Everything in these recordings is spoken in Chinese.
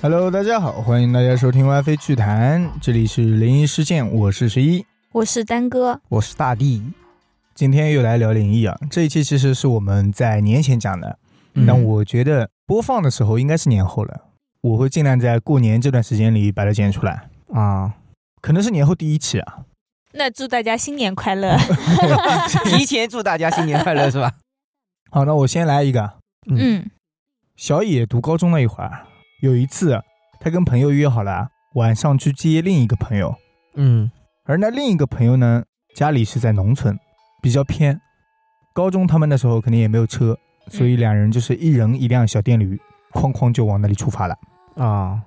Hello，大家好，欢迎大家收听 WiFi 趣谈，这里是灵异事件，我是十一，我是丹哥，我是大地。今天又来聊灵异啊，这一期其实是我们在年前讲的，那、嗯我觉得播放的时候应该是年后了，我会尽量在过年这段时间里把它剪出来，啊，可能是年后第一期 啊，那祝大家新年快乐。 提前祝大家新年快乐是吧？好，那我先来一个。嗯小野读高中那一会儿，有一次，啊他跟朋友约好了啊晚上去接另一个朋友，嗯而那另一个朋友呢，家里是在农村，比较偏。高中他们那时候肯定也没有车，所以两人就是一人一辆小电驴，哐哐就往那里出发了。啊，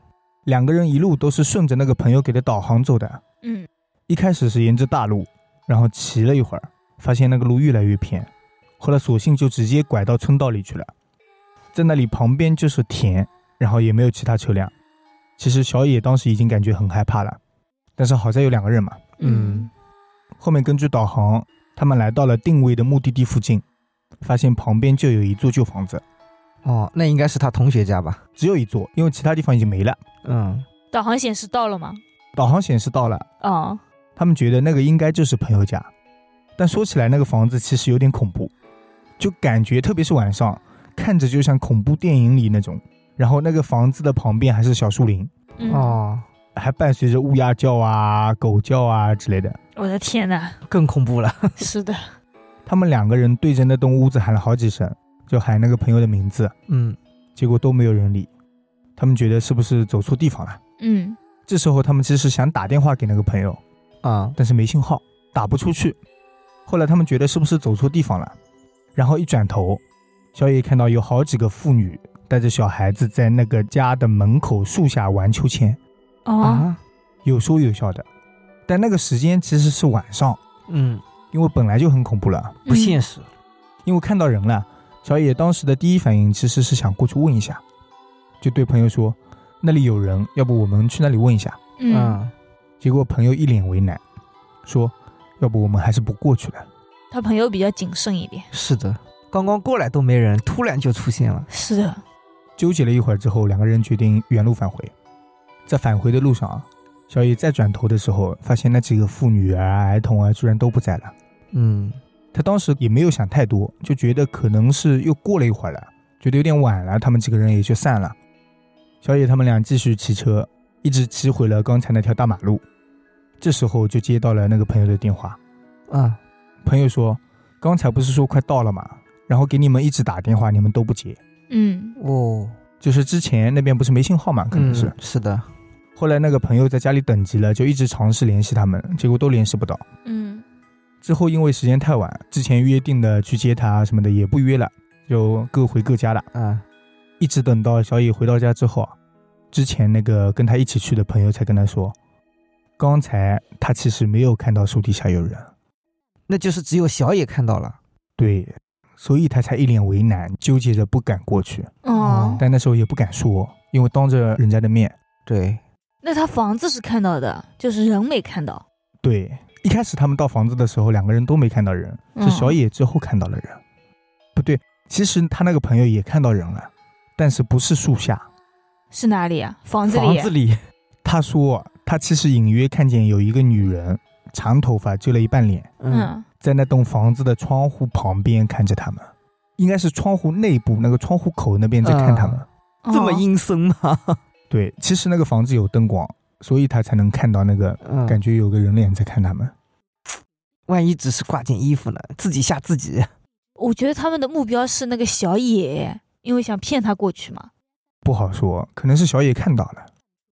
两个人一路都是顺着那个朋友给的导航走的，嗯一开始是沿着大路，然后骑了一会儿，发现那个路越来越偏，后来索性就直接拐到村道里去了。在那里旁边就是田，然后也没有其他车辆。其实小野当时已经感觉很害怕了，但是好在有两个人嘛。嗯后面根据导航，他们来到了定位的目的地附近，发现旁边就有一座旧房子，哦，那应该是他同学家吧？只有一座，因为其他地方已经没了。嗯导航显示到了吗？导航显示到了，哦，他们觉得那个应该就是朋友家。但说起来，那个房子其实有点恐怖，就感觉特别是晚上，看着就像恐怖电影里那种。然后那个房子的旁边还是小树林，嗯，哦，还伴随着乌鸦叫啊、狗叫啊之类的。我的天 哪，更恐怖了。是的，他们两个人对着那栋屋子喊了好几声，就喊那个朋友的名字，嗯结果都没有人理。他们觉得是不是走错地方了？嗯这时候他们其实想打电话给那个朋友，啊但是没信号，打不出去。后来他们觉得是不是走错地方了，然后一转头，小野看到有好几个妇女带着小孩子在那个家的门口树下玩秋千，哦，啊有说有笑的。但那个时间其实是晚上，嗯，因为本来就很恐怖了，不现实，实。因为看到人了。小野当时的第一反应其实是想过去问一下，就对朋友说：“那里有人，要不我们去那里问一下。”嗯，嗯结果朋友一脸为难，说：“要不我们还是不过去了。他朋友比较谨慎一点，是的，刚刚过来都没人，突然就出现了。是的，”纠结了一会儿之后，两个人决定原路返回。在返回的路上啊，小野再转头的时候，发现那几个妇女啊、儿童啊，居然都不在了。嗯他当时也没有想太多，就觉得可能是又过了一会儿了，觉得有点晚了，他们几个人也就散了。小野他们俩继续骑车，一直骑回了刚才那条大马路。这时候就接到了那个朋友的电话，啊朋友说：“刚才不是说快到了吗？然后给你们一直打电话，你们都不接。嗯哦，就是之前那边不是没信号嘛，可能是。嗯是的。后来那个朋友在家里等急了，就一直尝试联系他们，结果都联系不到。嗯之后因为时间太晚，之前约定的去接他啊什么的也不约了，就各回各家了。啊一直等到小野回到家之后啊，之前那个跟他一起去的朋友才跟他说，刚才他其实没有看到树底下有人，那就是只有小野看到了。对，所以他才一脸为难，纠结着不敢过去。哦，但那时候也不敢说，因为当着人家的面。对，那他房子是看到的，就是人没看到，对，一开始他们到房子的时候，两个人都没看到人，是嗯小野之后看到了人。不对，其实他那个朋友也看到人了，但是不是树下。是哪里啊？房子房里，子里。他说他其实隐约看见有一个女人，长头发遮了一半脸，嗯嗯在那栋房子的窗户旁边看着他们，应该是窗户内部那个窗户口那边在看他嗯们。这么哦阴森吗？对，其实那个房子有灯光，所以他才能看到那个嗯感觉有个人脸在看他们。万一只是挂件衣服呢？自己吓自己。我觉得他们的目标是那个小野，因为想骗他过去嘛。不好说，可能是小野看到了。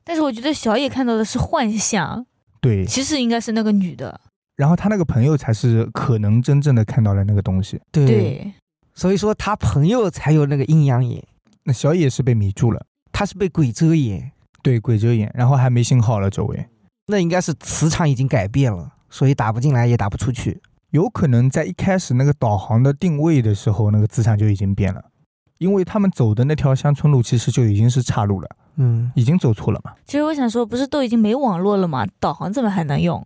但是我觉得小野看到的是幻象，对，其实应该是那个女的。然后他那个朋友才是可能真正的看到了那个东西。对对，所以说他朋友才有那个阴阳眼，那小野是被迷住了，他是被鬼遮眼，对，鬼遮眼，然后还没信号了，周围那应该是磁场已经改变了，所以打不进来也打不出去。有可能在一开始那个导航的定位的时候，那个磁场就已经变了，因为他们走的那条乡村路其实就已经是岔路了，嗯，已经走错了嘛。其实我想说，不是都已经没网络了吗？导航怎么还能用？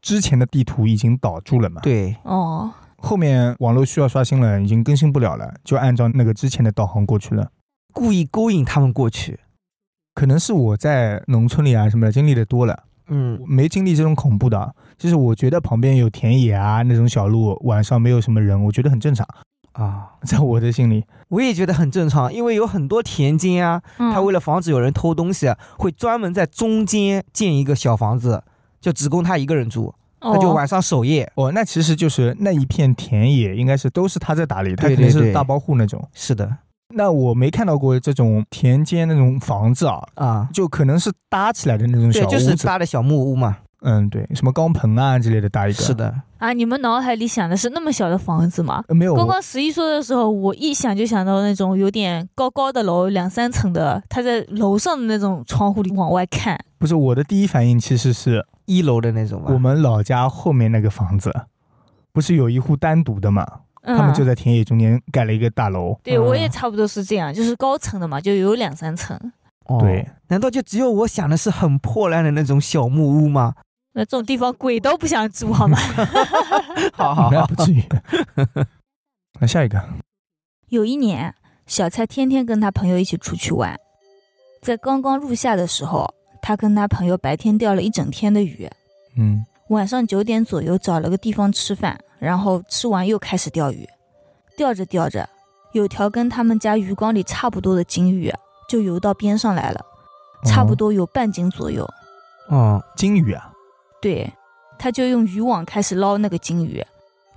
之前的地图已经导住了嘛，，对，哦，后面网络需要刷新了，已经更新不了了，就按照那个之前的导航过去了。故意勾引他们过去。可能是我在农村里啊什么的经历的多了，嗯，没经历这种恐怖的啊。就是我觉得旁边有田野啊那种小路，晚上没有什么人，我觉得很正常，啊，在我的心里。我也觉得很正常，因为有很多田间啊，嗯他为了防止有人偷东西，啊会专门在中间建一个小房子，就只供他一个人住，他就哦晚上守夜。哦，那其实就是那一片田野，应该是都是他在打理，他对肯定对是对大包户那种。是的，那我没看到过这种田间那种房子啊，啊，就可能是搭起来的那种对小，屋就是子。搭的小木屋嘛。嗯，对，什么钢棚啊之类的搭一个。是的，啊！你们脑海里想的是那么小的房子吗？呃，没哦有，刚刚十一说的时候，我一想就想到那种有点高高的楼，两三层的，他在楼上的那种窗户里往外看。不是我的第一反应，其实是一楼的那种吧。我们老家后面那个房子，不是有一户单独的嘛？嗯，他们就在田野中间盖了一个大楼。对我也嗯差不多是这样，就是高层的嘛，就有两三层。哦对，难道就只有我想的是很破烂的那种小木 屋吗？那这种地方鬼都不想住，好吗？好好 那好，不至于。那下一个，有一年，小蔡天天跟他朋友一起出去玩，在刚刚入夏的时候，他跟他朋友白天钓了一整天的鱼，嗯，晚上九点左右找了个地方吃饭，然后吃完又开始钓鱼。钓着钓着，有条跟他们家鱼缸里差不多的金鱼啊就游到边上来了，差不哦多有半斤左右。 嗯，金鱼啊，对，他就用渔网开始捞那个金鱼，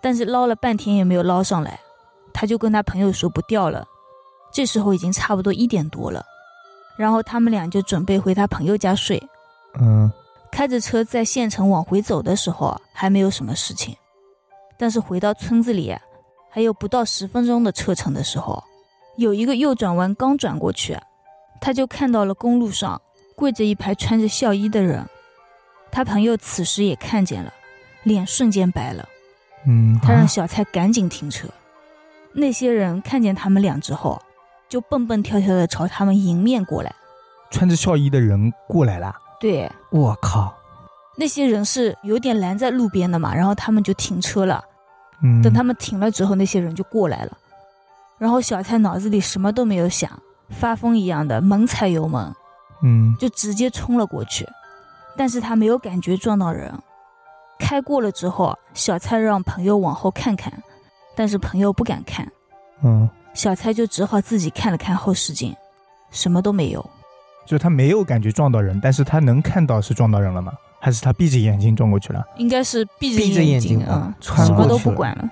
但是捞了半天也没有捞上来，他就跟他朋友说不钓了。这时候已经差不多一点多了，然后他们俩就准备回他朋友家睡。嗯，开着车在县城往回走的时候啊，还没有什么事情，但是回到村子里啊，还有不到十分钟的车程的时候，有一个右转弯刚转过去，啊他就看到了公路上跪着一排穿着孝衣的人。他朋友此时也看见了，脸瞬间白了。嗯，他让啊小蔡赶紧停车。那些人看见他们俩之后，就蹦蹦跳跳的朝他们迎面过来。穿着校衣的人过来啦。对，我靠，那些人是有点拦在路边的嘛，然后他们就停车了。嗯，等他们停了之后，那些人就过来了。然后小蔡脑子里什么都没有想，发疯一样的猛踩油门，嗯，就直接冲了过去。但是他没有感觉撞到人。开过了之后，小蔡让朋友往后看看，但是朋友不敢看，嗯，小蔡就只好自己看了看后视镜，什么都没有。就是他没有感觉撞到人，但是他能看到是撞到人了吗？还是他闭着眼睛撞过去了？应该是闭着闭着眼睛啊啊，穿什么过都去不了管了。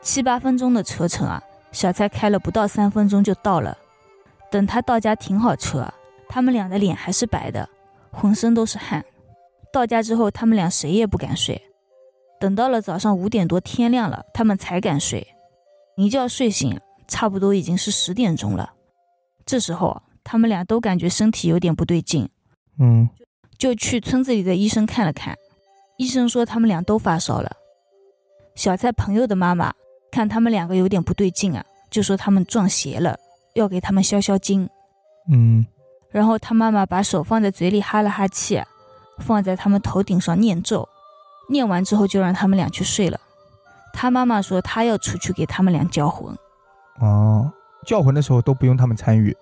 七八分钟的车程啊，小蔡开了不到三分钟就到了。等他到家停好车，啊他们俩的脸还是白的，浑身都是汗。到家之后，他们俩谁也不敢睡。等到了早上五点多，天亮了，他们才敢睡。一觉睡醒，差不多已经是十点钟了。这时候啊，他们俩都感觉身体有点不对劲，嗯，就去村子里的医生看了看，医生说他们俩都发烧了。小蔡朋友的妈妈看他们两个有点不对劲啊，就说他们撞邪了，要给他们消消惊。嗯，然后他妈妈把手放在嘴里哈了哈气，啊放在他们头顶上念咒，念完之后就让他们俩去睡了。他妈妈说他要出去给他们俩叫魂，哦，叫魂的时候都不用他们参与。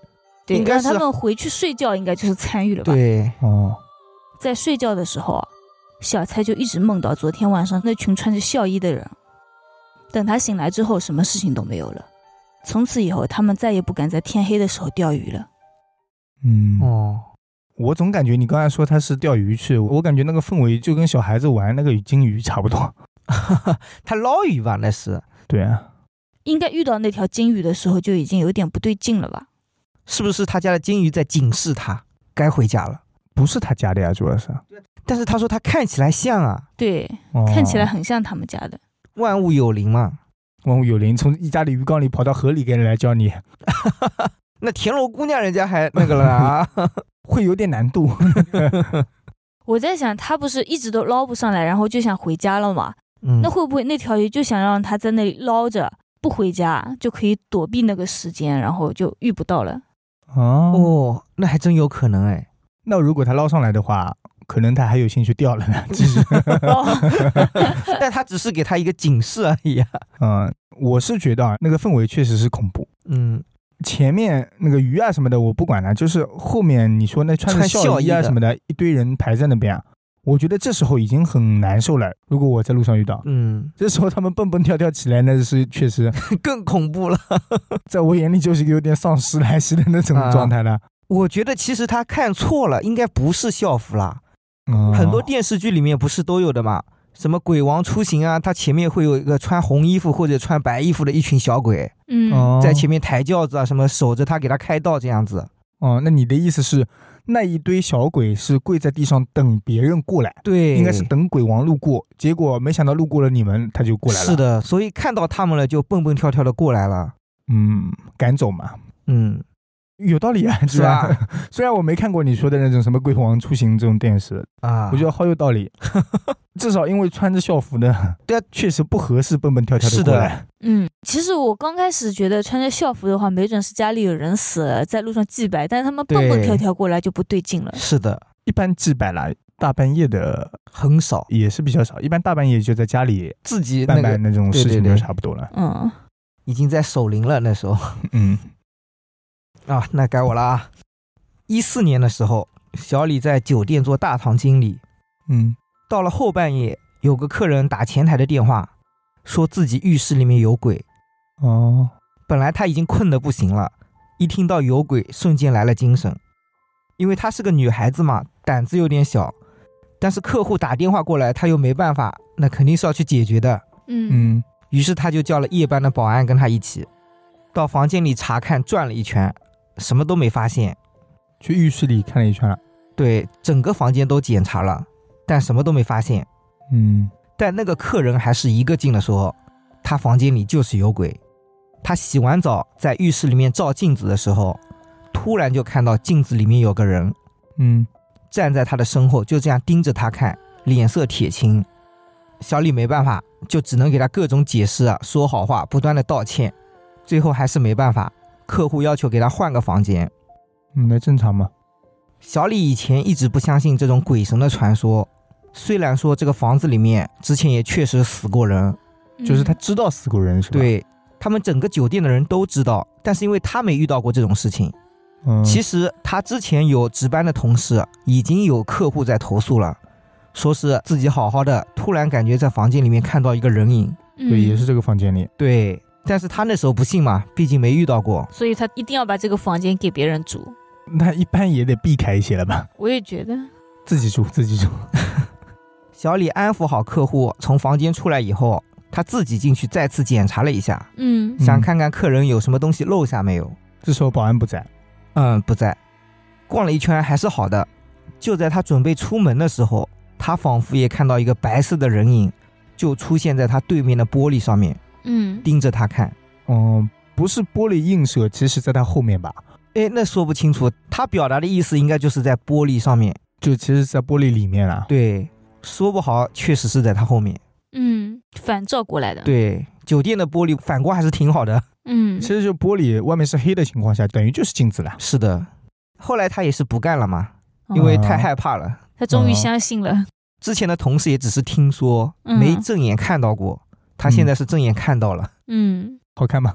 对，应该让是他们回去睡觉，应该就是参与了吧？对，哦，在睡觉的时候啊，小蔡就一直梦到昨天晚上那群穿着校衣的人。等他醒来之后，什么事情都没有了。从此以后，他们再也不敢在天黑的时候钓鱼了。嗯，哦，我总感觉你刚才说他是钓鱼去，我感觉那个氛围就跟小孩子玩那个金鱼差不多。他捞鱼吧那是， 对啊，应该遇到那条金鱼的时候，就已经有点不对劲了吧？是不是他家的金鱼在警示他该回家了？不是他家的呀，主要是、但是他说他看起来像啊，对，哦看起来很像他们家的。万物有灵嘛。万哦物有灵，从一家的鱼缸里跑到河里给人来教你，那田螺姑娘人家还那个了啊，会有点难度。我在想，他不是一直都捞不上来，然后就想回家了嘛？嗯那会不会那条鱼就想让他在那里捞着不回家，就可以躲避那个时间，然后就遇不到了？哦，哦，那还真有可能哎。那如果他捞上来的话，可能他还有兴趣钓了呢。 其实，哦，但他只是给他一个警示而已啊。嗯，我是觉得啊，那个氛围确实是恐怖。嗯，前面那个鱼啊什么的我不管了，就是后面你说那穿着穿校校衣衣啊的什么的，一堆人排在那边啊，我觉得这时候已经很难受了。如果我在路上遇到，嗯，这时候他们蹦蹦跳跳起来，那是确实 更恐怖了。在我眼里就是一个有点丧尸来袭的那种啊状态了。我觉得其实他看错了，应该不是校服啦。嗯， 很多电视剧里面不是都有的嘛？什么鬼王出行啊，他前面会有一个穿红衣服或者穿白衣服的一群小鬼哦嗯，在前面抬轿子啊，什么守着他给他开道这样子。哦，那你的意思是，那一堆小鬼是跪在地上等别人过来，对，应该是等鬼王路过，结果没想到路过了你们，他就过来了。是，的，所以看到他们了就蹦蹦跳跳的过来了。嗯，赶走嘛，嗯，有道理啊， 是吧？吧？虽然我没看过你说的那种什么鬼王出行这种电视，啊，我觉得好有道 理。至少因为穿着校服的，对啊，确实不合适蹦蹦跳跳是的的过来。嗯，其实我刚开始觉得穿着校服的话，没准是家里有人死了，在路上祭拜，但是他们蹦蹦对跳跳过来就不对劲了。是的，一般祭拜啦，大半夜的很少也是比较少，一般大半夜就在家里自己那办个办那种对事对情就对差不多了。嗯，已经在守灵了那时候。嗯啊，那该我了啊！一四年的时候，小李在酒店做大堂经理，嗯到了后半夜，有个客人打前台的电话，说自己浴室里面有鬼。哦。本来他已经困得不行了，一听到有鬼，瞬间来了精神。因为她是个女孩子嘛，胆子有点小，但是客户打电话过来，他又没办法，那肯定是要去解决的。嗯嗯于是他就叫了夜班的保安跟他一起，到房间里查看，转了一圈，什么都没发现。，去浴室里看了一圈了。对，整个房间都检查了，但什么都没发现。嗯，但那个客人还是一个劲的说，他房间里就是有鬼。他洗完澡在浴室里面照镜子的时候，突然就看到镜子里面有个人嗯，站在他的身后，就这样盯着他看，脸色铁青。小李没办法，就只能给他各种解释啊，说好话，不断的道歉，最后还是没办法，客户要求给他换个房间。嗯那正常嘛。小李以前一直不相信这种鬼神的传说，虽然说这个房子里面之前也确实死过人，嗯就是他，知道死过人是吧？，对他们整个酒店的人都知道，但是因为他没遇到过这种事情，嗯，其实他之前有值班的同事已经有客户在投诉了，说是自己好好的，突然感觉在房间里面看到一个人影，嗯对，也是，这个房间里。对，但是他那时候不信嘛，毕竟没遇到过，所以他一定要把这个房间给别人住。那一般也得避开一些了吧？ 我也觉得，自己住， 自己住。小李安抚好客户，从房间出来以后，他自己进去再次检查了一下。嗯嗯想看看客人有什么东西漏下没有。这时候保安不在。嗯，不在。逛了一圈还是好的。就在他准备出门的时候，他仿佛也看到一个白色的人影，就出现在他对面的玻璃上面，嗯，盯着他看。嗯，不是玻璃映射，其实在他后面吧，哎，那说不清楚，他表达的意思应该就是在玻璃上面。就其实，在玻璃里面啊了。对，说不好，确实是在他后面。嗯，反照过来的，，对，酒店的玻璃反光还是挺好的。嗯其，实就玻璃外面是黑的情况下，等于就是镜子了。是的，后来他也是不干了嘛，因为太害怕了。他终于相信了，之前的同事也只是听说，嗯没正眼看到过。他现在是正眼看到了，嗯好看吗？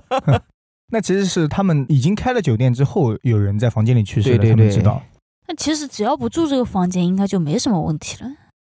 那其实是他们已经开了酒店之后，有人在房间里去世了，对对他们对知道。那其实只要不住这个房间，应该就没什么问题了。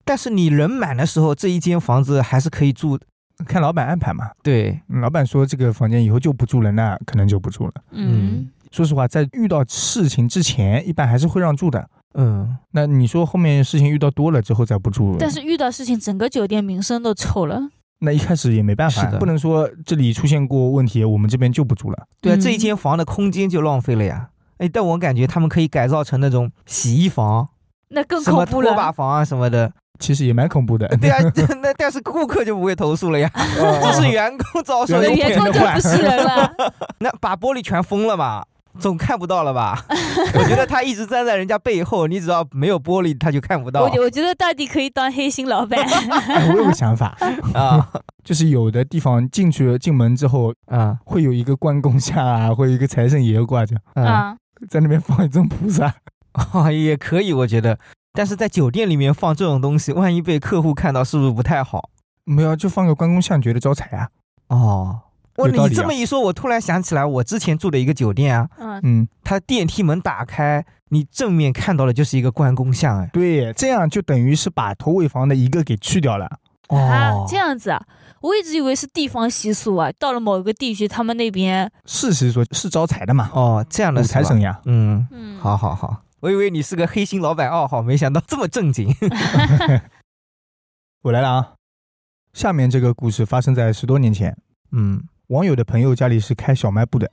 但是你人满的时候，这一间房子还是可以住的。看老板安排嘛，对，嗯老板说这个房间以后就不住了，那可能就不住了。嗯，说实话，在遇到事情之前，一般还是会让住的。嗯，那你说后面事情遇到多了之后再不住，但是遇到事情，整个酒店名声都臭了。那一开始也没办是法，的不能说这里出现过问题，我们这边就不住了。对啊，嗯这一间房的空间就浪费了呀。哎，但我感觉他们可以改造成那种洗衣房、那更什么恐怖拖了。把房啊什么的。其实也蛮恐怖的。 对啊， 那但是顾客就不会投诉了呀， 这是员工遭受我的的员不员工工就不是人了。 那把玻璃全封了嘛，总看不到了 吧？我觉得他一直站在人家背后，你只要没有玻璃，他就看不到我觉我觉得大地可以当黑心老板。哎我有个想法，啊 就是有的地方进去进门之后，啊会有一个关公像啊，会有一个财神爷挂着， 啊！啊，在那边放一尊菩萨。 哦也可以，我觉得。但是在酒店里面放这种东西，万一被客户看到，是不是不太好？没有，就放个关公像，觉得招财啊。哦，我有道理啊你这么一说，我突然想起来，我之前住的一个酒店啊，嗯，嗯，它电梯门打开，你正面看到的就是一个关公像，哎，对，这样就等于是把头尾房的一个给去掉了。哦啊，这样子啊，我一直以为是地方习俗啊，到了某一个地区，他们那边，是习俗是招财的嘛，哦，这样五的财是吧神呀。嗯，嗯，好好好，我以为你是个黑心老板二号，没想到这么正经。我来了啊。下面这个故事发生在十多年前，嗯网友的朋友家里是开小卖部的，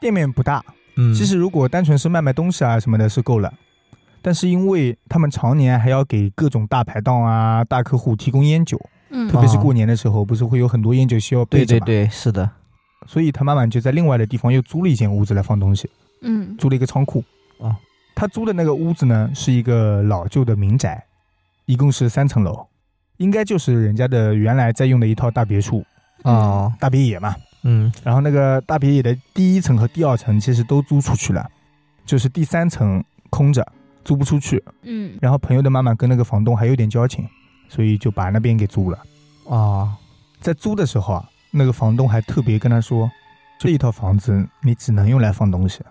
店面不大，嗯，其实如果单纯是卖卖东西啊什么的，是够了。但是因为他们常年还要给各种大排档啊、大客户提供烟酒， 嗯 特别是过年的时候，不是会有很多烟酒需要备对着对嘛？对，是的，所以他妈妈就在另外的地方又租了一间屋子来放东西，嗯租了一个仓库。哦，他租的那个屋子呢，是一个老旧的民宅，一共是三层楼，应该就是人家的原来在用的一套大别墅、哦，大别野嘛。嗯然后那个大别野的第一层和第二层其实都租出去了，就是第三层空着，租不出去。嗯然后朋友的妈妈跟那个房东还有点交情，所以就把那边给租了。哦，在租的时候啊，那个房东还特别跟他说，这一套房子你只能用来放东西，哦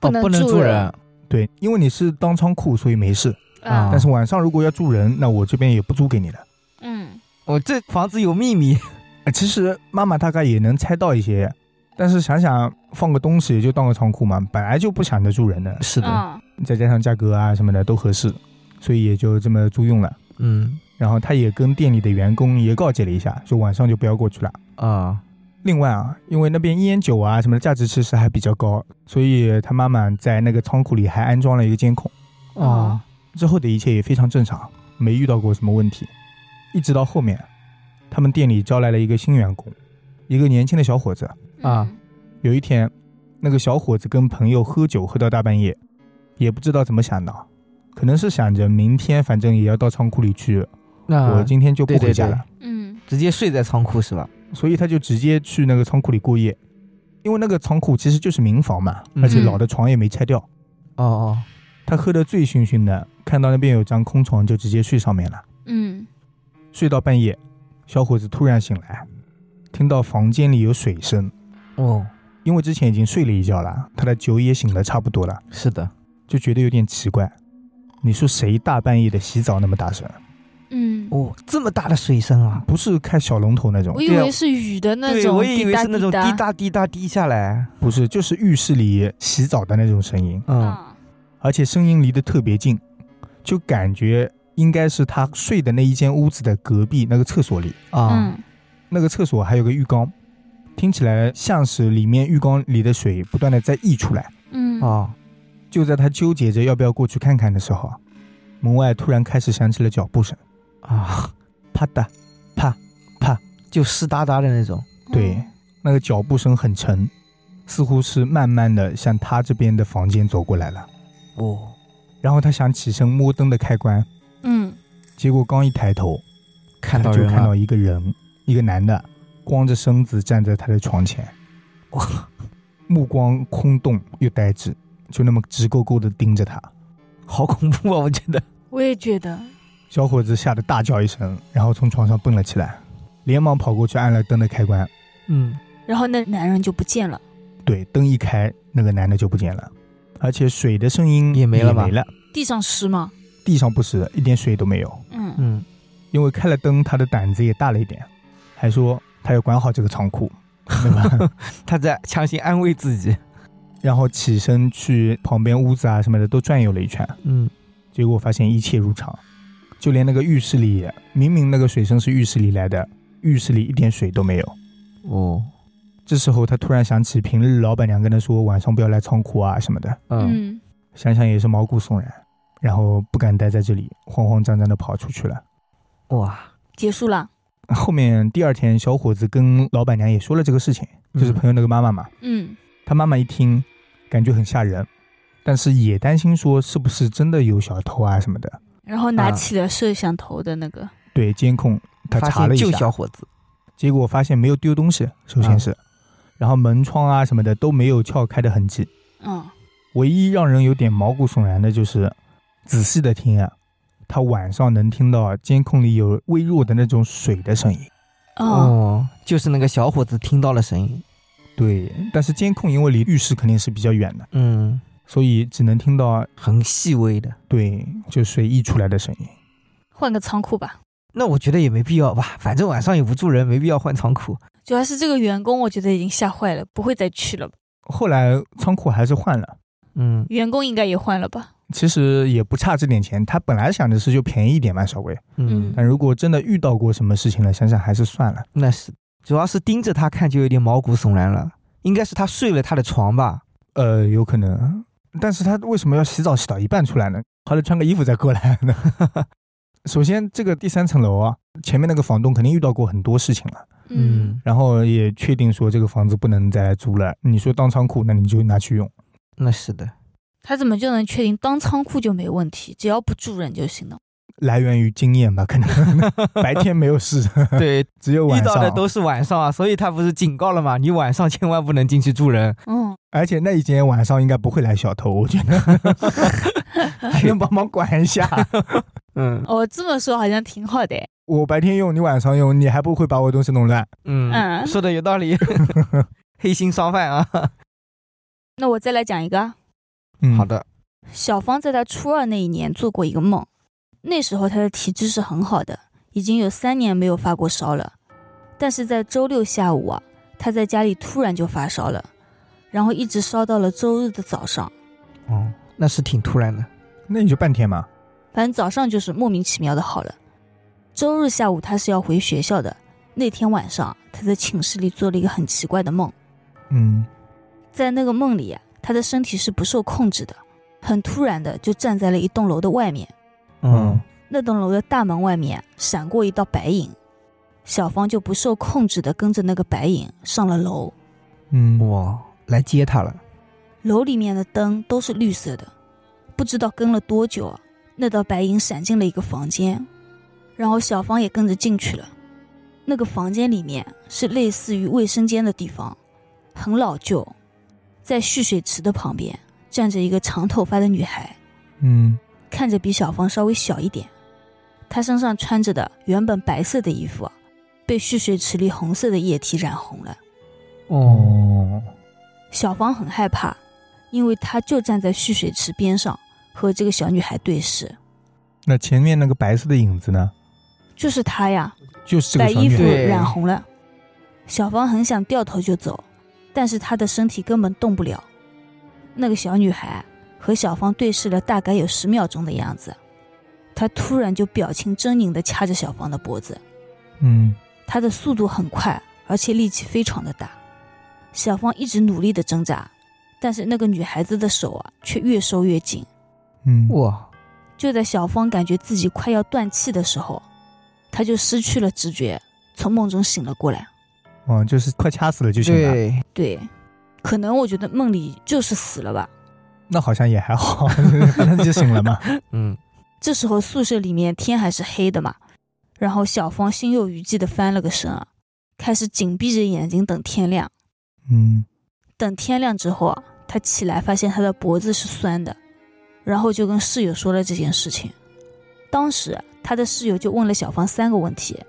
不能不能住住人人，对，因为你是当仓库，所以没事。啊但是晚上如果要住人，那我这边也不租给你了。嗯我这房子有秘密。呃其实妈妈大概也能猜到一些，但是想想放个东西也就当个仓库嘛，本来就不想着住人的，是的，啊再加上价格啊什么的都合适，所以也就这么租用了。嗯然后他也跟店里的员工也告诫了一下，就晚上就不要过去了。啊另外啊，因为那边烟酒啊什么的价值其实还比较高，所以他妈妈在那个仓库里还安装了一个监控。哦之后的一切也非常正常，没遇到过什么问题。一直到后面，他们店里招来了一个新员工，一个年轻的小伙子。嗯啊有一天，那个小伙子跟朋友喝酒，喝到大半夜，也不知道怎么想的，可能是想着明天反正也要到仓库里去，我那今天就不对对回家啊对了，嗯直接睡在仓库是吧？所以他就直接去那个仓库里过夜。因为那个仓库其实就是民房嘛，嗯而且老的床也没拆掉。哦哦，他喝得醉醺醺的，看到那边有张空床，就直接睡上面了。嗯睡到半夜，小伙子突然醒来，听到房间里有水声，哦，因为之前已经睡了一觉了，他的酒也醒了差不多了，是的，就觉得有点奇怪。你说谁大半夜的洗澡那么大声？嗯，哦，这么大的水声啊！不是开小龙头那种我，以对啊为是雨的那对，种，我也以为是那种滴滴答答滴答滴下来。不是，就是浴室里洗澡的那种声音，嗯啊而且声音离得特别近，就感觉应该是他睡的那一间屋子的隔壁那个厕所里，啊嗯那个厕所还有个浴缸，听起来像是里面浴缸里的水不断的在溢出来。嗯哦就在他纠结着要不要过去看看的时候啊，门外突然开始响起了脚步声，啊，啪嗒，就湿哒哒的那种。嗯对，那个脚步声很沉，似乎是慢慢的向他这边的房间走过来了。哦，然后他想起身摸灯的开关，嗯结果刚一抬头，看他到就人看到了。一个人，一个男的，光着身子站在他的床前，哇，目光空洞又呆滞，就那么直勾勾的盯着他。好恐怖啊！我觉得。我也觉得，小伙子吓得大叫一声，然后从床上蹦了起来，连忙跑过去按了灯的开关。嗯，然后那男人就不见了，对，灯一开，那个男的就不见了，而且水的声音也没了吧没了，地上湿吗？地上不湿，一点水都没有。嗯嗯，因为开了灯，他的胆子也大了一点，还说他要管好这个仓库，对吧？他在强行安慰自己。然后起身去旁边屋子啊什么的都转悠了一圈，嗯，结果发现一切如常，就连那个浴室里，明明那个水声是浴室里来的，浴室里一点水都没有。哦，这时候他突然想起平日老板娘跟他说晚上不要来仓库啊什么的，嗯，想想也是毛骨悚然，然后不敢待在这里，慌慌张张的跑出去了。哇，结束了，后面第二天，小伙子跟老板娘也说了这个事情，嗯就是朋友那个妈妈嘛。嗯他妈妈一听，感觉很吓人，但是也担心说是不是真的有小偷啊什么的。然后拿啊起了摄像头的那个，对监控，他发查现了一就下小，啊伙子。结果发现没有丢东西，首先是，然后门窗啊什么的都没有撬开的痕迹。嗯唯一让人有点毛骨悚然的就是，仔细的听啊，他晚上能听到监控里有微弱的那种水的声音。哦哦，就是那个小伙子听到了声音。对，但是监控因为离浴室肯定是比较远的，嗯，所以只能听到很细微的。对就水溢出来的声音。换个仓库吧。那我觉得也没必要吧，反正晚上也不住人，没必要换仓库。主要是这个员工，我觉得已经吓坏了，不会再去了吧。后来仓库还是换了，嗯，员工应该也换了吧？其实也不差这点钱。他本来想着是就便宜一点嘛，稍微，嗯，但如果真的遇到过什么事情了，想想还是算了。那是，主要是盯着他看就有点毛骨悚然了。应该是他睡了他的床吧？呃，有可能，但是他为什么要洗澡洗到一半出来呢？还得穿个衣服再过来呢？ 首先，这个第三层楼啊，前面那个房东肯定遇到过很多事情了。嗯，然后也确定说这个房子不能再租了。你说当仓库，那你就拿去用。那是 的。他怎么就能确定当仓库就没问题，只要不住人就行了？来源于经验吧，可能 白天没有事，对，只有 晚 遇到上。的都是晚上啊，所以他不是警告了吗？你晚上千万不能进去住人。嗯，而且那一间晚上应该不会来小偷，我觉 得还能帮忙管一下。嗯哦，这么说好像挺好的诶。我白天用，你晚上用，你还不会把我东西弄乱？嗯，嗯说的有道 理， 黑心商贩啊。那我再来讲一个啊，嗯好，的，小芳在她初二那一年做过一个梦，那时候她的体质是很好的，已经有三年没有发过烧了。但是在周六下午啊，她在家里突然就发烧了，然后一直烧到了周日的早上，哦，那是挺突然的。那你就半天嘛。反正早上就是莫名其妙的好了。周日下午她是要回学校的，那天晚上她在寝室里做了一个很奇怪的梦。嗯，在那个梦里啊，他的身体是不受控制的，很突然的就站在了一栋楼的外面。嗯那栋楼的大门外面闪过一道白影，小芳就不受控制的跟着那个白影上了楼。嗯，哇，来接他了。楼里面的灯都是绿色的，不知道跟了多久啊，那道白影闪进了一个房间，然后小芳也跟着进去了。那个房间里面是类似于卫生间的地方，很老旧，在蓄水池的旁边站着一个长头发的女孩，嗯看着比小芳稍微小一点。她身上穿着的原本白色的衣服啊，被蓄水池里红色的液体染红了。哦，哦，小芳很害怕，因为她就站在蓄水池边上和这个小女孩对视，那前面那个白色的影子呢？就是她呀，就是这白个小衣女服孩。对染红了。小芳很想掉头就走，但是她的身体根本动不了。那个小女孩啊和小芳对视了大概有十秒钟的样子，她突然就表情狰狞地掐着小芳的脖子，嗯她的速度很快，而且力气非常的大。小芳一直努力地挣扎，但是那个女孩子的手啊却越收越紧。嗯，哇，就在小芳感觉自己快要断气的时候，她就失去了知觉，从梦中醒了过来。哦，就是快掐死了就行了。对，对，可能我觉得梦里就是死了吧。那好像也还好， 反正就醒了嘛。嗯，这时候宿舍里面天还是黑的嘛，然后小芳心有余悸的翻了个身啊，开始紧闭着眼睛等天亮。嗯。等天亮之后啊，她起来发现她的脖子是酸的，然后就跟室友说了这件事情。当时啊她的室友就问了小芳三个问题，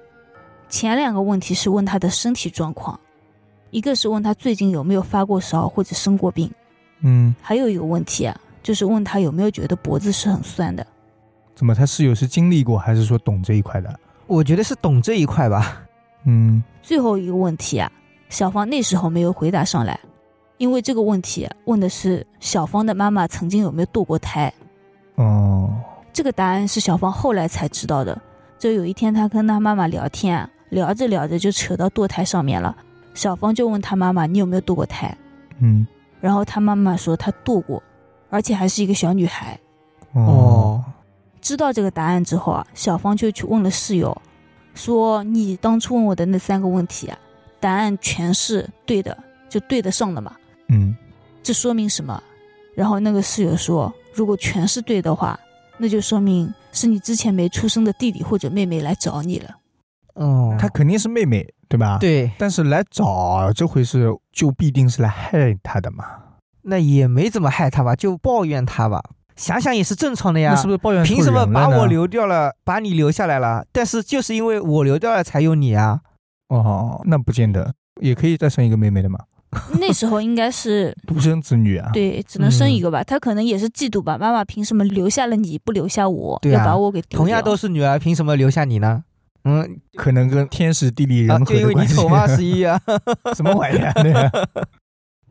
前两个问题是问她的身体状况，一个是问她最近有没有发过烧或者生过病，嗯，还有一个问题啊，就是问她有没有觉得脖子是很酸的。怎么他室友是经历过，还是说懂这一块的？我觉得是懂这一块吧。嗯最后一个问题啊，小芳那时候没有回答上来，因为这个问题啊、问的是小芳的妈妈曾经有没有堕过胎。哦，这个答案是小芳后来才知道的。就有一天，她跟她妈妈聊天啊，聊着聊着就扯到堕胎上面了。小芳就问她妈妈：“你有没有堕过胎嗯？”然后她妈妈说她堕过，而且还是一个小女孩。哦，知道这个答案之后啊，小芳就去问了室友，说：“你当初问我的那三个问题啊，答案全是对的，就对得上的嘛。嗯，这说明什么？”然后那个室友说：“如果全是对的话，那就说明是你之前没出生的弟弟或者妹妹来找你 了。哦，他肯定是妹妹，对吧？。对，但是来找这回事，就必定是来害他的嘛？那也没怎么害他吧，就抱怨他吧。想想也是正常的呀那，是不是抱怨错凭什么人了把呢我？留掉了，把你留下来了？但是就是因为我留掉了才有你啊。哦，那不见得，也可以再生一个妹妹的嘛。那时候应该是独生子女啊，对，只能生嗯一个吧。他可能也是嫉妒吧，妈妈凭什么留下了你不留下我，对啊要把我给丢掉同样都是女儿，凭什么留下你呢？嗯，可能跟天时地利啊人和就因的为你关系。丑嘛，十一啊，什么玩意儿？对 啊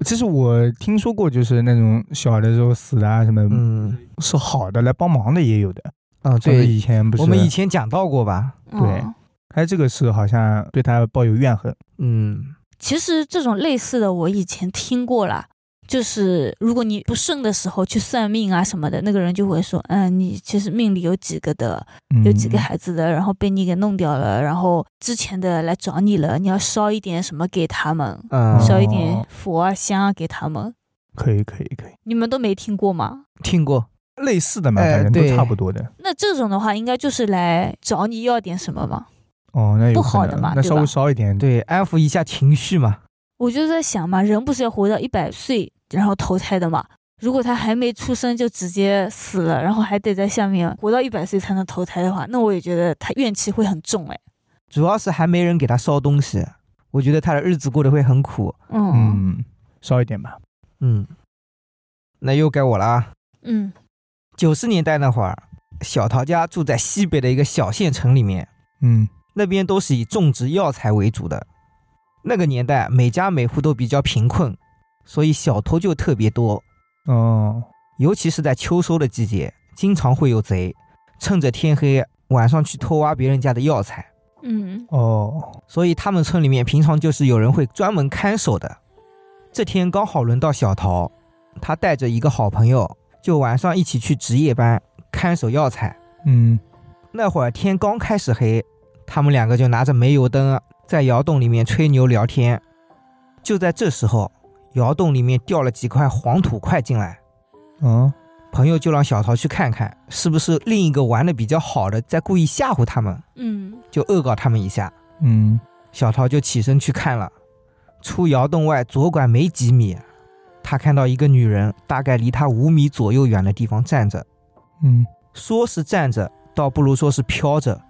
其实我听说过，就是那种小的时候死的啊，什么、嗯是好的来帮忙的也有的。嗯，这个对，以前不是我们以前讲到过吧？对嗯他这个是好像对他抱有怨恨，嗯，其实这种类似的我以前听过啦，就是如果你不顺的时候去算命啊什么的，那个人就会说，嗯，你其实命里有几个的，嗯、有几个孩子的，然后被你给弄掉了，然后之前的来找你了，你要烧一点什么给他们，嗯，烧一哦点佛啊香啊给他们。可以可以可以，你们都没听过吗？听过，类似的嘛，哎反正都对差不多的。那这种的话，应该就是来找你要点什么嘛。哦，那有不可好的能嘛那对稍微吧少一点，对，安抚一下情绪嘛。我就在想嘛，人不是要活到一百岁然后投胎的嘛？如果他还没出生就直接死了，然后还得在下面活到一百岁才能投胎的话，那我也觉得他怨气会很重哎。主要是还没人给他烧东西，我觉得他的日子过得会很苦。嗯嗯，少一点吧。嗯，那又该我了啊。嗯九十年代那会儿，小桃家住在西北的一个小县城里面，嗯，那边都是以种植药材为主的。那个年代，每家每户都比较贫困，所以小偷就特别多，哦，尤其是在秋收的季节，经常会有贼趁着天黑晚上去偷挖别人家的药材。嗯哦，所以他们村里面平常就是有人会专门看守的。这天刚好轮到小桃，她带着一个好朋友，就晚上一起去值夜班看守药材。嗯，那会儿天刚开始黑，他们两个就拿着煤油灯在窑洞里面吹牛聊天。就在这时候，窑洞里面掉了几块黄土块进来，哦，朋友就让小桃去看看，是不是另一个玩的比较好的在故意吓唬他们，嗯，就恶搞他们一下。嗯，小桃就起身去看了，出窑洞外左拐没几米，他看到一个女人，大概离他五米左右远的地方站着，嗯，说是站着，倒不如说是飘着，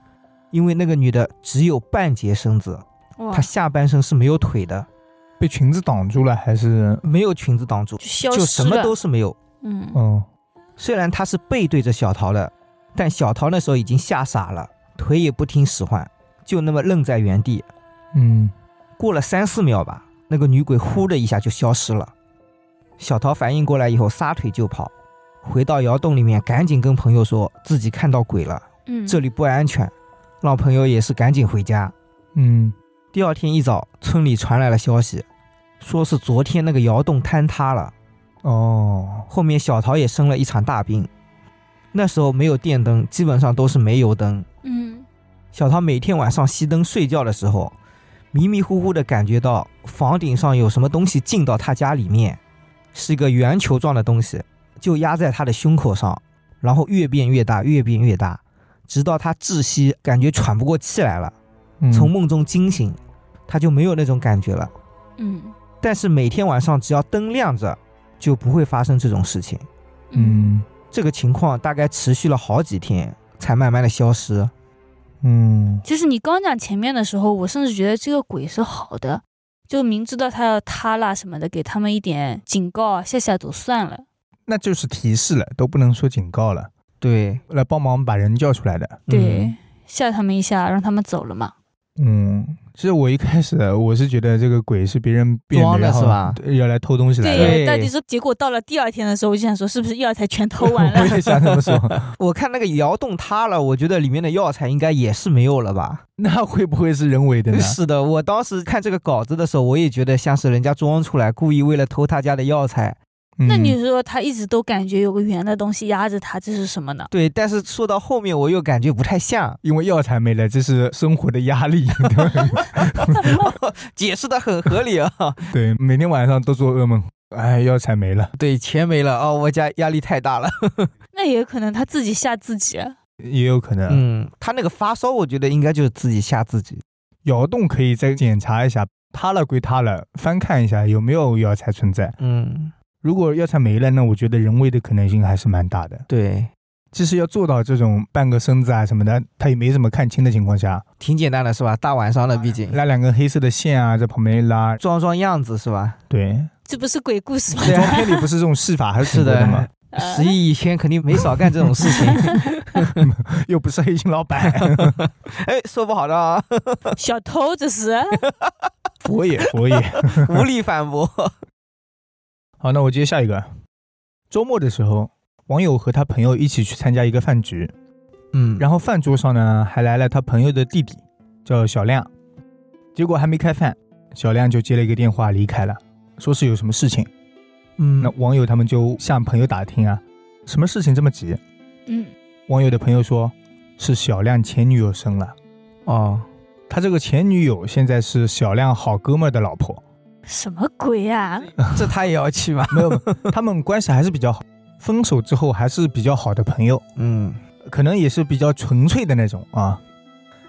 因为那个女的只有半截身子，嗯哇她，下半身是没有腿的，被裙子挡住了还是？没有裙子挡住，就消就什失么了。都是没有。嗯哦，虽然她是背对着小桃的，但小桃那时候已经吓傻了，腿也不听使唤，就那么愣在原地。嗯，过了三四秒吧，那个女鬼呼的一下就消失了。小桃反应过来以后，撒腿就跑，回到窑洞里面，赶紧跟朋友说自己看到鬼了，嗯，这里不安全，让朋友也是赶紧回家。嗯，第二天一早，村里传来了消息，说是昨天那个窑洞坍塌了，哦，后面小桃也生了一场大病。那时候没有电灯，基本上都是煤油灯。嗯小桃每天晚上熄灯睡觉的时候，迷迷糊糊的感觉到房顶上有什么东西进到他家里面，是一个圆球状的东西，就压在他的胸口上，然后越变越大，越变越大，直到他窒息，感觉喘不过气来了，嗯从梦中惊醒，他就没有那种感觉了。嗯但是每天晚上只要灯亮着，就不会发生这种事情。嗯这个情况大概持续了好几天，才慢慢的消失。嗯就是你刚讲前面的时候，我甚至觉得这个鬼是好的，就明知道他要塌啦什么的，给他们一点警告啊，吓吓都算了。那就是提示了，都不能说警告了，对，来帮忙把人叫出来的。对，嗯吓他们一下，让他们走了嘛。嗯，其实我一开始啊我是觉得这个鬼是别人变装的然后是吧对要来偷东西来的。对但你说结果到了第二天的时候，我就想说，是不是药材全偷完我 了？也想这么说， 我看那个窑洞塌了，我觉得里面的药材应该也是没有了吧？那会不会是人为的呢？是的，我当时看这个稿子的时候，我也觉得像是人家装出来，故意为了偷他家的药材。嗯那你说他一直都感觉有个圆的东西压着他，这是什么 呢？ 对，但是说到后面，我又感觉不太像，因为药材没了，这是生活的压力。 对吧解释的很合理啊。对，每天晚上都做噩梦，哎，药材没了， 对，钱没了哦，我家压力太大了。那也可能他自己吓自己。啊也有可能。嗯，他那个发烧，我觉得应该就是自己吓自己。窑洞可以再检查一下，塌了归塌了，翻看一下有没有药材存在。嗯，如果药材没了，那我觉得人为的可能性还是蛮大的。对，其实要做到这种半个身子啊什么的，他也没怎么看清的情况下，挺简单的是吧？大晚上的，毕竟拉两根黑色的线啊，在旁边一拉，装装样子是吧？对，这不是鬼故事吗？古装片里不是这种戏法还是挺多的嘛，呃十亿以前肯定没少干这种事情。又不是黑心老板， 哎，说不好的啊，呃小偷这是佛爷佛爷。无力反驳。好，那我接下一个。周末的时候，网友和他朋友一起去参加一个饭局，嗯，然后饭桌上呢还来了他朋友的弟弟，叫小亮。结果还没开饭，小亮就接了一个电话离开了，说是有什么事情。嗯那网友他们就向朋友打听啊，什么事情这么急？嗯，网友的朋友说，是小亮前女友生了。哦，他这个前女友现在是小亮好哥们儿的老婆，什么鬼啊？这他也要去吗？没有， 他们关系还是比较好，分手之后还是比较好的朋友，嗯，可能也是比较纯粹的那种啊。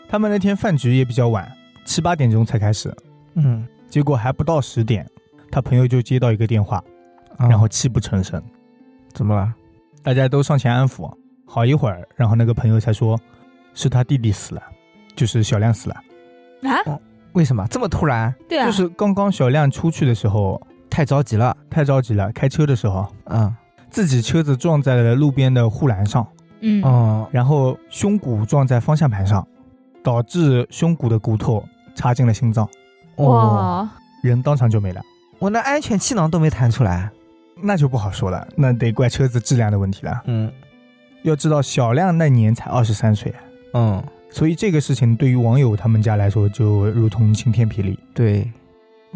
他们那天饭局也比较晚，七八点钟才开始，嗯，结果还不到十点，他朋友就接到一个电话，啊然后泣不成声，怎么了？大家都上前安抚，好一会儿，然后那个朋友才说，是他弟弟死了，就是小亮死了，啊，为什么这么突然？对啊，就是刚刚小亮出去的时候太着急了。太着急了，开车的时候嗯，自己车子撞在了路边的护栏上，嗯，哦，然后胸骨撞在方向盘上，导致胸骨的骨头插进了心脏，哦，哇，人当场就没了。我那安全气囊都没弹出来。那就不好说了，那得怪车子质量的问题了。嗯要知道，小亮那年才二十三岁，嗯，所以这个事情对于网友他们家来说，就如同晴天霹雳。对，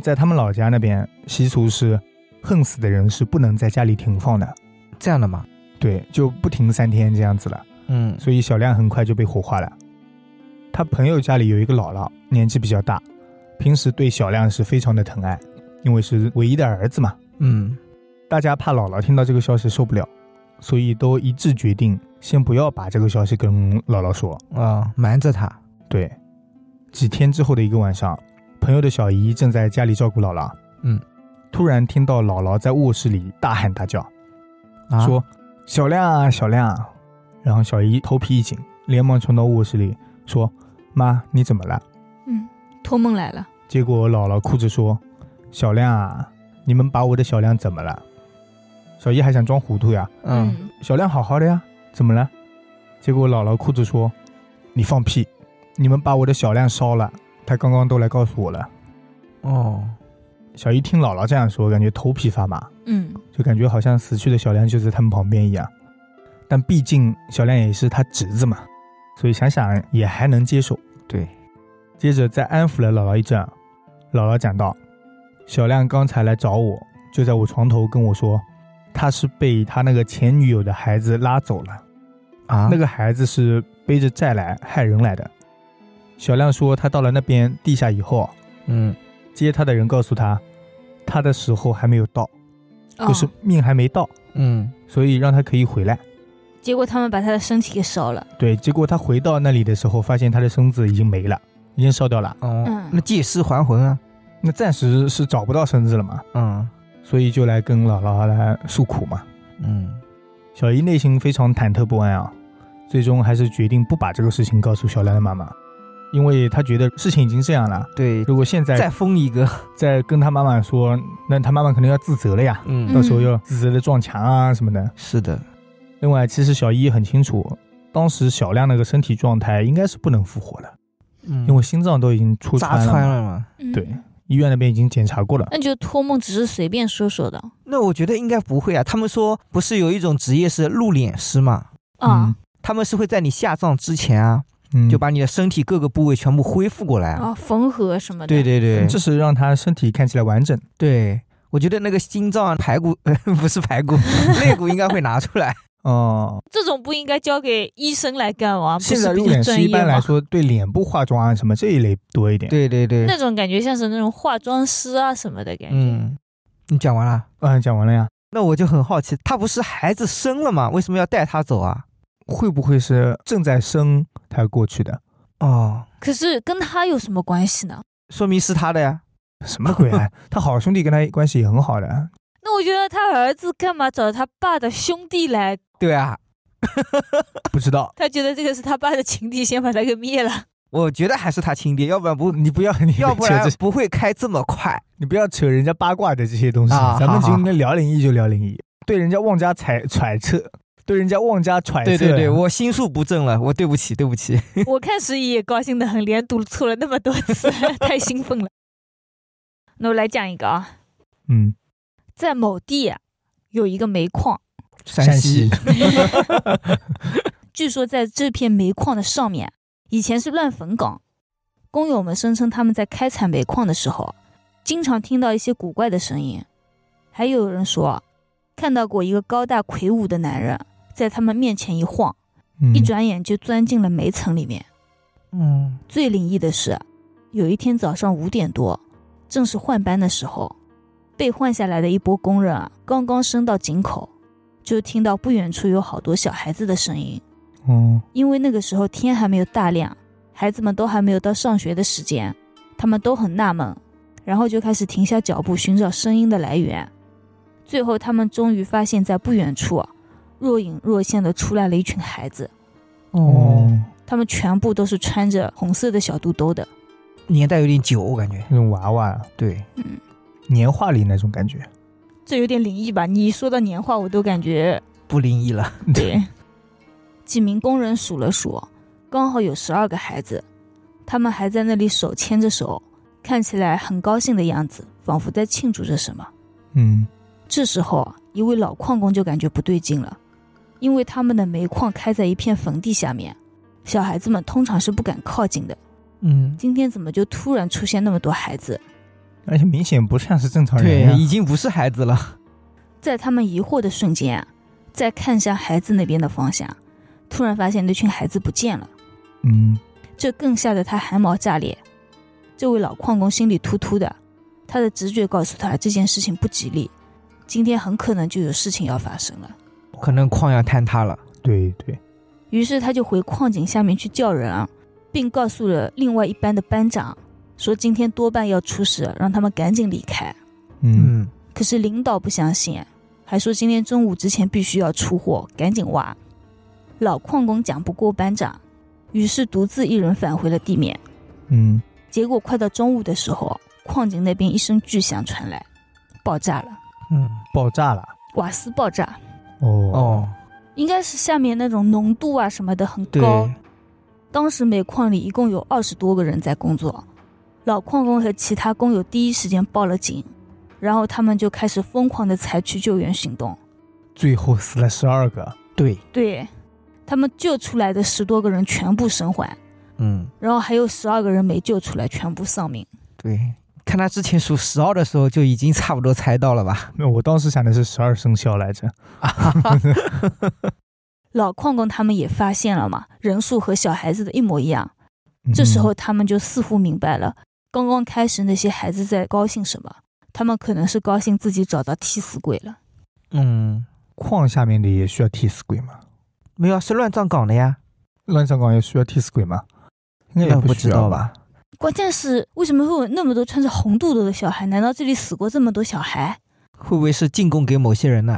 在他们老家那边，习俗是恨死的人是不能在家里停放的，这样的嘛。对，就不停三天这样子了。嗯所以小亮很快就被火化了。他朋友家里有一个姥姥，年纪比较大，平时对小亮是非常的疼爱，因为是唯一的儿子嘛。嗯，大家怕姥姥听到这个消息受不了，所以都一致决定先不要把这个消息跟姥姥说。啊，瞒着他。对，几天之后的一个晚上，朋友的小姨正在家里照顾姥姥，嗯，突然听到姥姥在卧室里大喊大叫，啊，说：“小亮啊，小亮啊！”然后小姨头皮一紧，连忙冲到卧室里说：“妈，你怎么了嗯，托梦来了，？”结果姥姥哭着说：“小亮啊，你们把我的小亮怎么了？”小姨还想装糊涂呀，嗯，，小亮好好的呀，怎么了？结果姥姥哭着说：“你放屁！你们把我的小亮烧了，他刚刚都来告诉我了。哦，”小姨听姥姥这样说，感觉头皮发麻。嗯，就感觉好像死去的小亮就在他们旁边一样。但毕竟小亮也是他侄子嘛，所以想想也还能接受。对，接着再安抚了姥姥一阵，姥姥讲道：“小亮刚才来找我，就在我床头跟我说，他是被他那个前女友的孩子拉走了。啊，那个孩子是背着债来害人来的。”小亮说，他到了那边地下以后，嗯，接他的人告诉他，他的时候还没有到，哦就是命还没到。嗯，所以让他可以回来。结果他们把他的身体给烧了，对，结果他回到那里的时候，发现他的身子已经没了，已经烧掉了。哦嗯，那借尸还魂啊。那暂时是找不到身子了嘛，嗯所以就来跟姥姥来诉苦嘛。嗯，小姨内心非常忐忑不安啊，最终还是决定不把这个事情告诉小兰的妈妈，因为她觉得事情已经这样了，对，如果现在再封一个。再跟她妈妈说，那她妈妈肯定要自责了呀，嗯 到时候要自责的撞墙啊什么的。是的，另外，其实小姨也很清楚，当时小亮那个身体状态应该是不能复活的。嗯因为心脏都已经戳扎穿穿了。了嘛。嗯对，医院那边已经检查过了。那就托梦只是随便说说的那我觉得应该不会啊。他们说不是有一种职业是露脸师嘛？啊，他们是会在你下葬之前啊，嗯，就把你的身体各个部位全部恢复过来啊。啊，缝合什么的，对对对，这是让他身体看起来完整。对我觉得那个心脏、排骨、 呃、不是排骨，肋骨应该会拿出来。哦，这种不应该交给医生来干吗？啊不现是在比入较殓师专一业般吗？来说对脸部化妆啊什么这一类多一点。， 对对对那，种感觉像是那种化妆师啊什么的感觉。嗯，你讲完了。嗯，讲完了呀。那我就很好奇，他不是孩子生了吗？为什么要带他走啊？会不会是正在生他过去的？哦，可是跟他有什么关系呢？说明是他的呀。什么鬼啊！他好兄弟跟他关系也很好的，啊那我觉得他儿子干嘛找他爸的兄弟来？对啊，不知道，他觉得这个是他爸的情敌，先把他给灭了。我觉得还是他亲爹，要不然 不，你不要你要 不扯然这，不会开这么快。你不要扯人家八卦的这些东西。啊咱们好今天聊灵异就聊灵异，对人家妄加揣揣测，对人家妄加揣测。哎对对对，我心术不正了，我对不起，对不起。我看石姨也高兴得很，连读错了那么多次， 太兴奋了。那我来讲一个啊，嗯，在某地啊、有一个煤矿，陕西，据说在这片煤矿的上面，以前是乱坟岗。工友们声称他们在开采煤矿的时候，经常听到一些古怪的声音，还有人说啊看到过一个高大魁梧的男人在他们面前一晃，嗯一转眼就钻进了煤层里面。 嗯，最灵异的是，有一天早上五点多，正是换班的时候，被换下来的一波工人啊，刚刚升到井口，就听到不远处有好多小孩子的声音。哦，因为那个时候天还没有大亮，孩子们都还没有到上学的时间，他们都很纳闷，然后就开始停下脚步寻找声音的来源。最后，他们终于发现，在不远处啊，若隐若现的出来了一群孩子，哦，他们全部都是穿着红色的小肚兜的。年代有点久，我感觉。那种娃娃对，嗯，年画里那种感觉，这有点灵异吧？你一说到年画，我都感觉不灵异了。对。几名工人数了数，刚好有十二个孩子，他们还在那里手牵着手，看起来很高兴的样子，仿佛在庆祝着什么。嗯，这时候啊，一位老矿工就感觉不对劲了，因为他们的煤矿开在一片坟地下面，小孩子们通常是不敢靠近的。嗯，今天怎么就突然出现那么多孩子？而且明显不像是正常人呀对，已经不是孩子了。在他们疑惑的瞬间啊，再看向孩子那边的方向，突然发现那群孩子不见了，嗯，这更吓得他汗毛炸裂。这位老矿工心里突突的，他的直觉告诉他这件事情不吉利，今天很可能就有事情要发生了。可能矿要坍塌了。对对，于是他就回矿井下面去叫人啊，并告诉了另外一班的班长，说今天多半要出事，让他们赶紧离开。嗯，嗯，可是领导不相信，还说今天中午之前必须要出货，赶紧挖。老矿工讲不过班长，于是独自一人返回了地面。嗯，结果快到中午的时候，矿井那边一声巨响传来，爆炸了，嗯，爆炸了，瓦斯爆炸，哦哦，应该是下面那种浓度啊什么的很对，高，当时煤矿里一共有二十多个人在工作，老矿工和其他工友第一时间报了警，然后他们就开始疯狂的采取救援行动。最后死了十二个，对，对，他们救出来的十多个人全部生还，嗯，然后还有十二个人没救出来，全部丧命。对。看他之前数十二的时候，就已经差不多猜到了吧？那我当时想的是十二生肖来着，老矿工他们也发现了嘛，人数和小孩子的一模一样。嗯这时候他们就似乎明白了，刚刚开始那些孩子在高兴什么，他们可能是高兴自己找到替死鬼了。嗯，矿下面的也需要替死鬼吗？没有，啊是乱葬岗的呀。乱葬岗也需要替死鬼吗？应该也那不需知要道吧？？关键是为什么会有那么多穿着红肚兜的小孩？难道这里死过这么多小孩？会不会是进贡给某些人呢、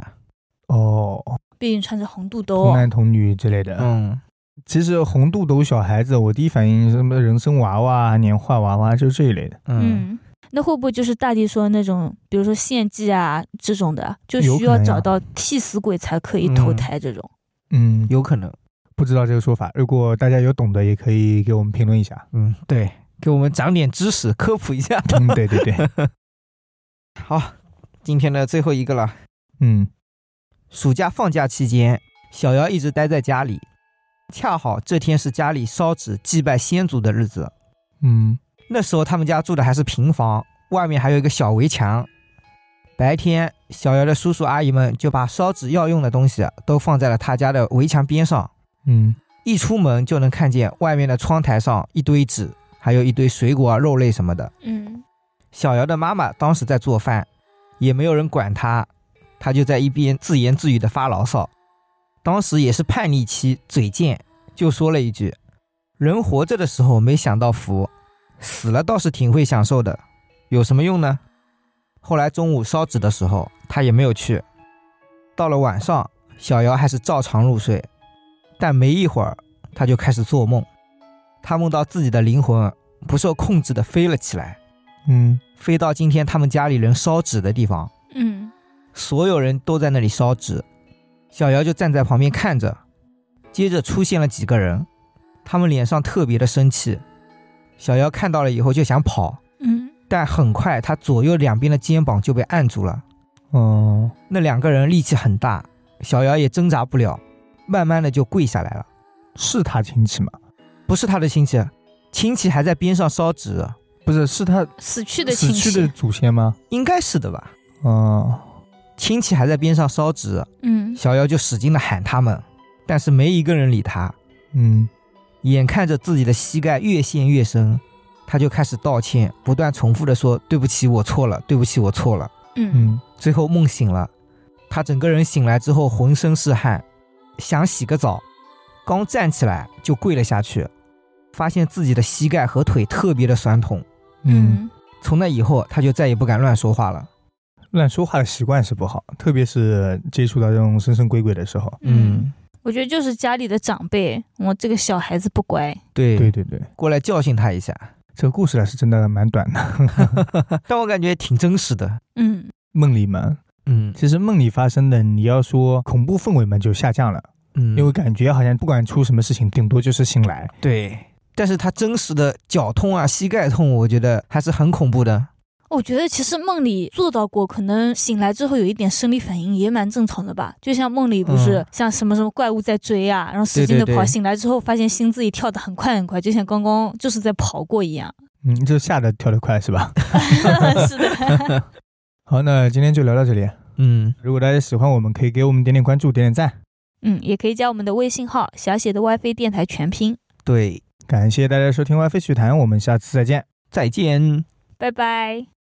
哦，毕竟穿着红肚童兜，男童女之类的。嗯，其实红肚兜小孩子，我第一反应是什么人参娃娃啊、年画娃娃，就这一类的。嗯，那会不会就是大地说的那种，比如说献祭啊这种的，就有需可要能呀找到替死鬼才可以投胎这种？嗯，有可能。不知道这个说法，如果大家有懂的，也可以给我们评论一 下。嗯，对，给我们长点知识，科普一下。 嗯，对对对，好，今天的最后一个了。嗯暑假放假期间，小姚一直待在家里，恰好这天是家里烧纸祭拜先祖的日子。嗯那时候他们家住的还是平房，外面还有一个小围墙。白天，小姚的叔叔阿姨们就把烧纸要用的东西都放在了他家的围墙边上，嗯一出门就能看见外面的窗台上一堆纸，还有一堆水果啊、肉类什么的。嗯，小姚的妈妈当时在做饭，也没有人管她，她就在一边自言自语的发牢骚。当时也是叛逆期，嘴贱，就说了一句：“人活着的时候没享到福，死了倒是挺会享受的，有什么用呢？”后来中午烧纸的时候，她也没有去。到了晚上，小姚还是照常入睡，但没一会儿，他就开始做梦。他梦到自己的灵魂不受控制的飞了起来，嗯，飞到今天他们家里人烧纸的地方，嗯，所有人都在那里烧纸。小姚就站在旁边看着。接着出现了几个人，他们脸上特别的生气。小姚看到了以后就想跑，嗯，但很快他左右两边的肩膀就被按住了。哦，那两个人力气很大，小姚也挣扎不了，慢慢的就跪下来了。是他亲戚吗？不是他的亲戚，亲戚还在边上烧纸，不是，是他死去的死亲去的戚，祖先吗？应该是的吧？哦，亲戚还在边上烧纸，嗯小姚就使劲的喊他们，但是没一个人理他。嗯，眼看着自己的膝盖越陷越深，他就开始道歉，不断重复的说：“对不起，我错了，对不起，我错了。嗯嗯，”最后梦醒了，他整个人醒来之后浑身是汗，想洗个澡，刚站起来就跪了下去，发现自己的膝盖和腿特别的酸痛。嗯，从那以后，他就再也不敢乱说话了。乱说话的习惯是不好，特别是接触到这种神神鬼鬼的时候。嗯，，我觉得就是家里的长辈，我这个小孩子不乖，对，对对对，过来教训他一下，这个故事呢是真的蛮短的，但我感觉挺真实的。嗯梦里嘛，嗯其实梦里发生的，你要说恐怖氛围嘛就下降了，嗯，因为感觉好像不管出什么事情，顶多就是醒来。对，但是他真实的脚痛啊、膝盖痛，我觉得还是很恐怖的。我觉得其实梦里做到过，可能醒来之后有一点生理反应也蛮正常的吧。就像梦里不是嗯像什么什么怪物在追啊，然后使劲的跑，对对对醒来之后发现心自己跳得很快很快，就像刚刚就是在跑过一样。嗯，这吓得跳得快是吧？ 是的，好，那今天就聊到这里。嗯，如果大家喜欢我们，可以给我们点点关注，点点赞。嗯，也可以加我们的微信号小写的 WiFi 电台全拼，对，感谢大家收听《歪飞趣谈》，我们下次再见。再见。拜拜。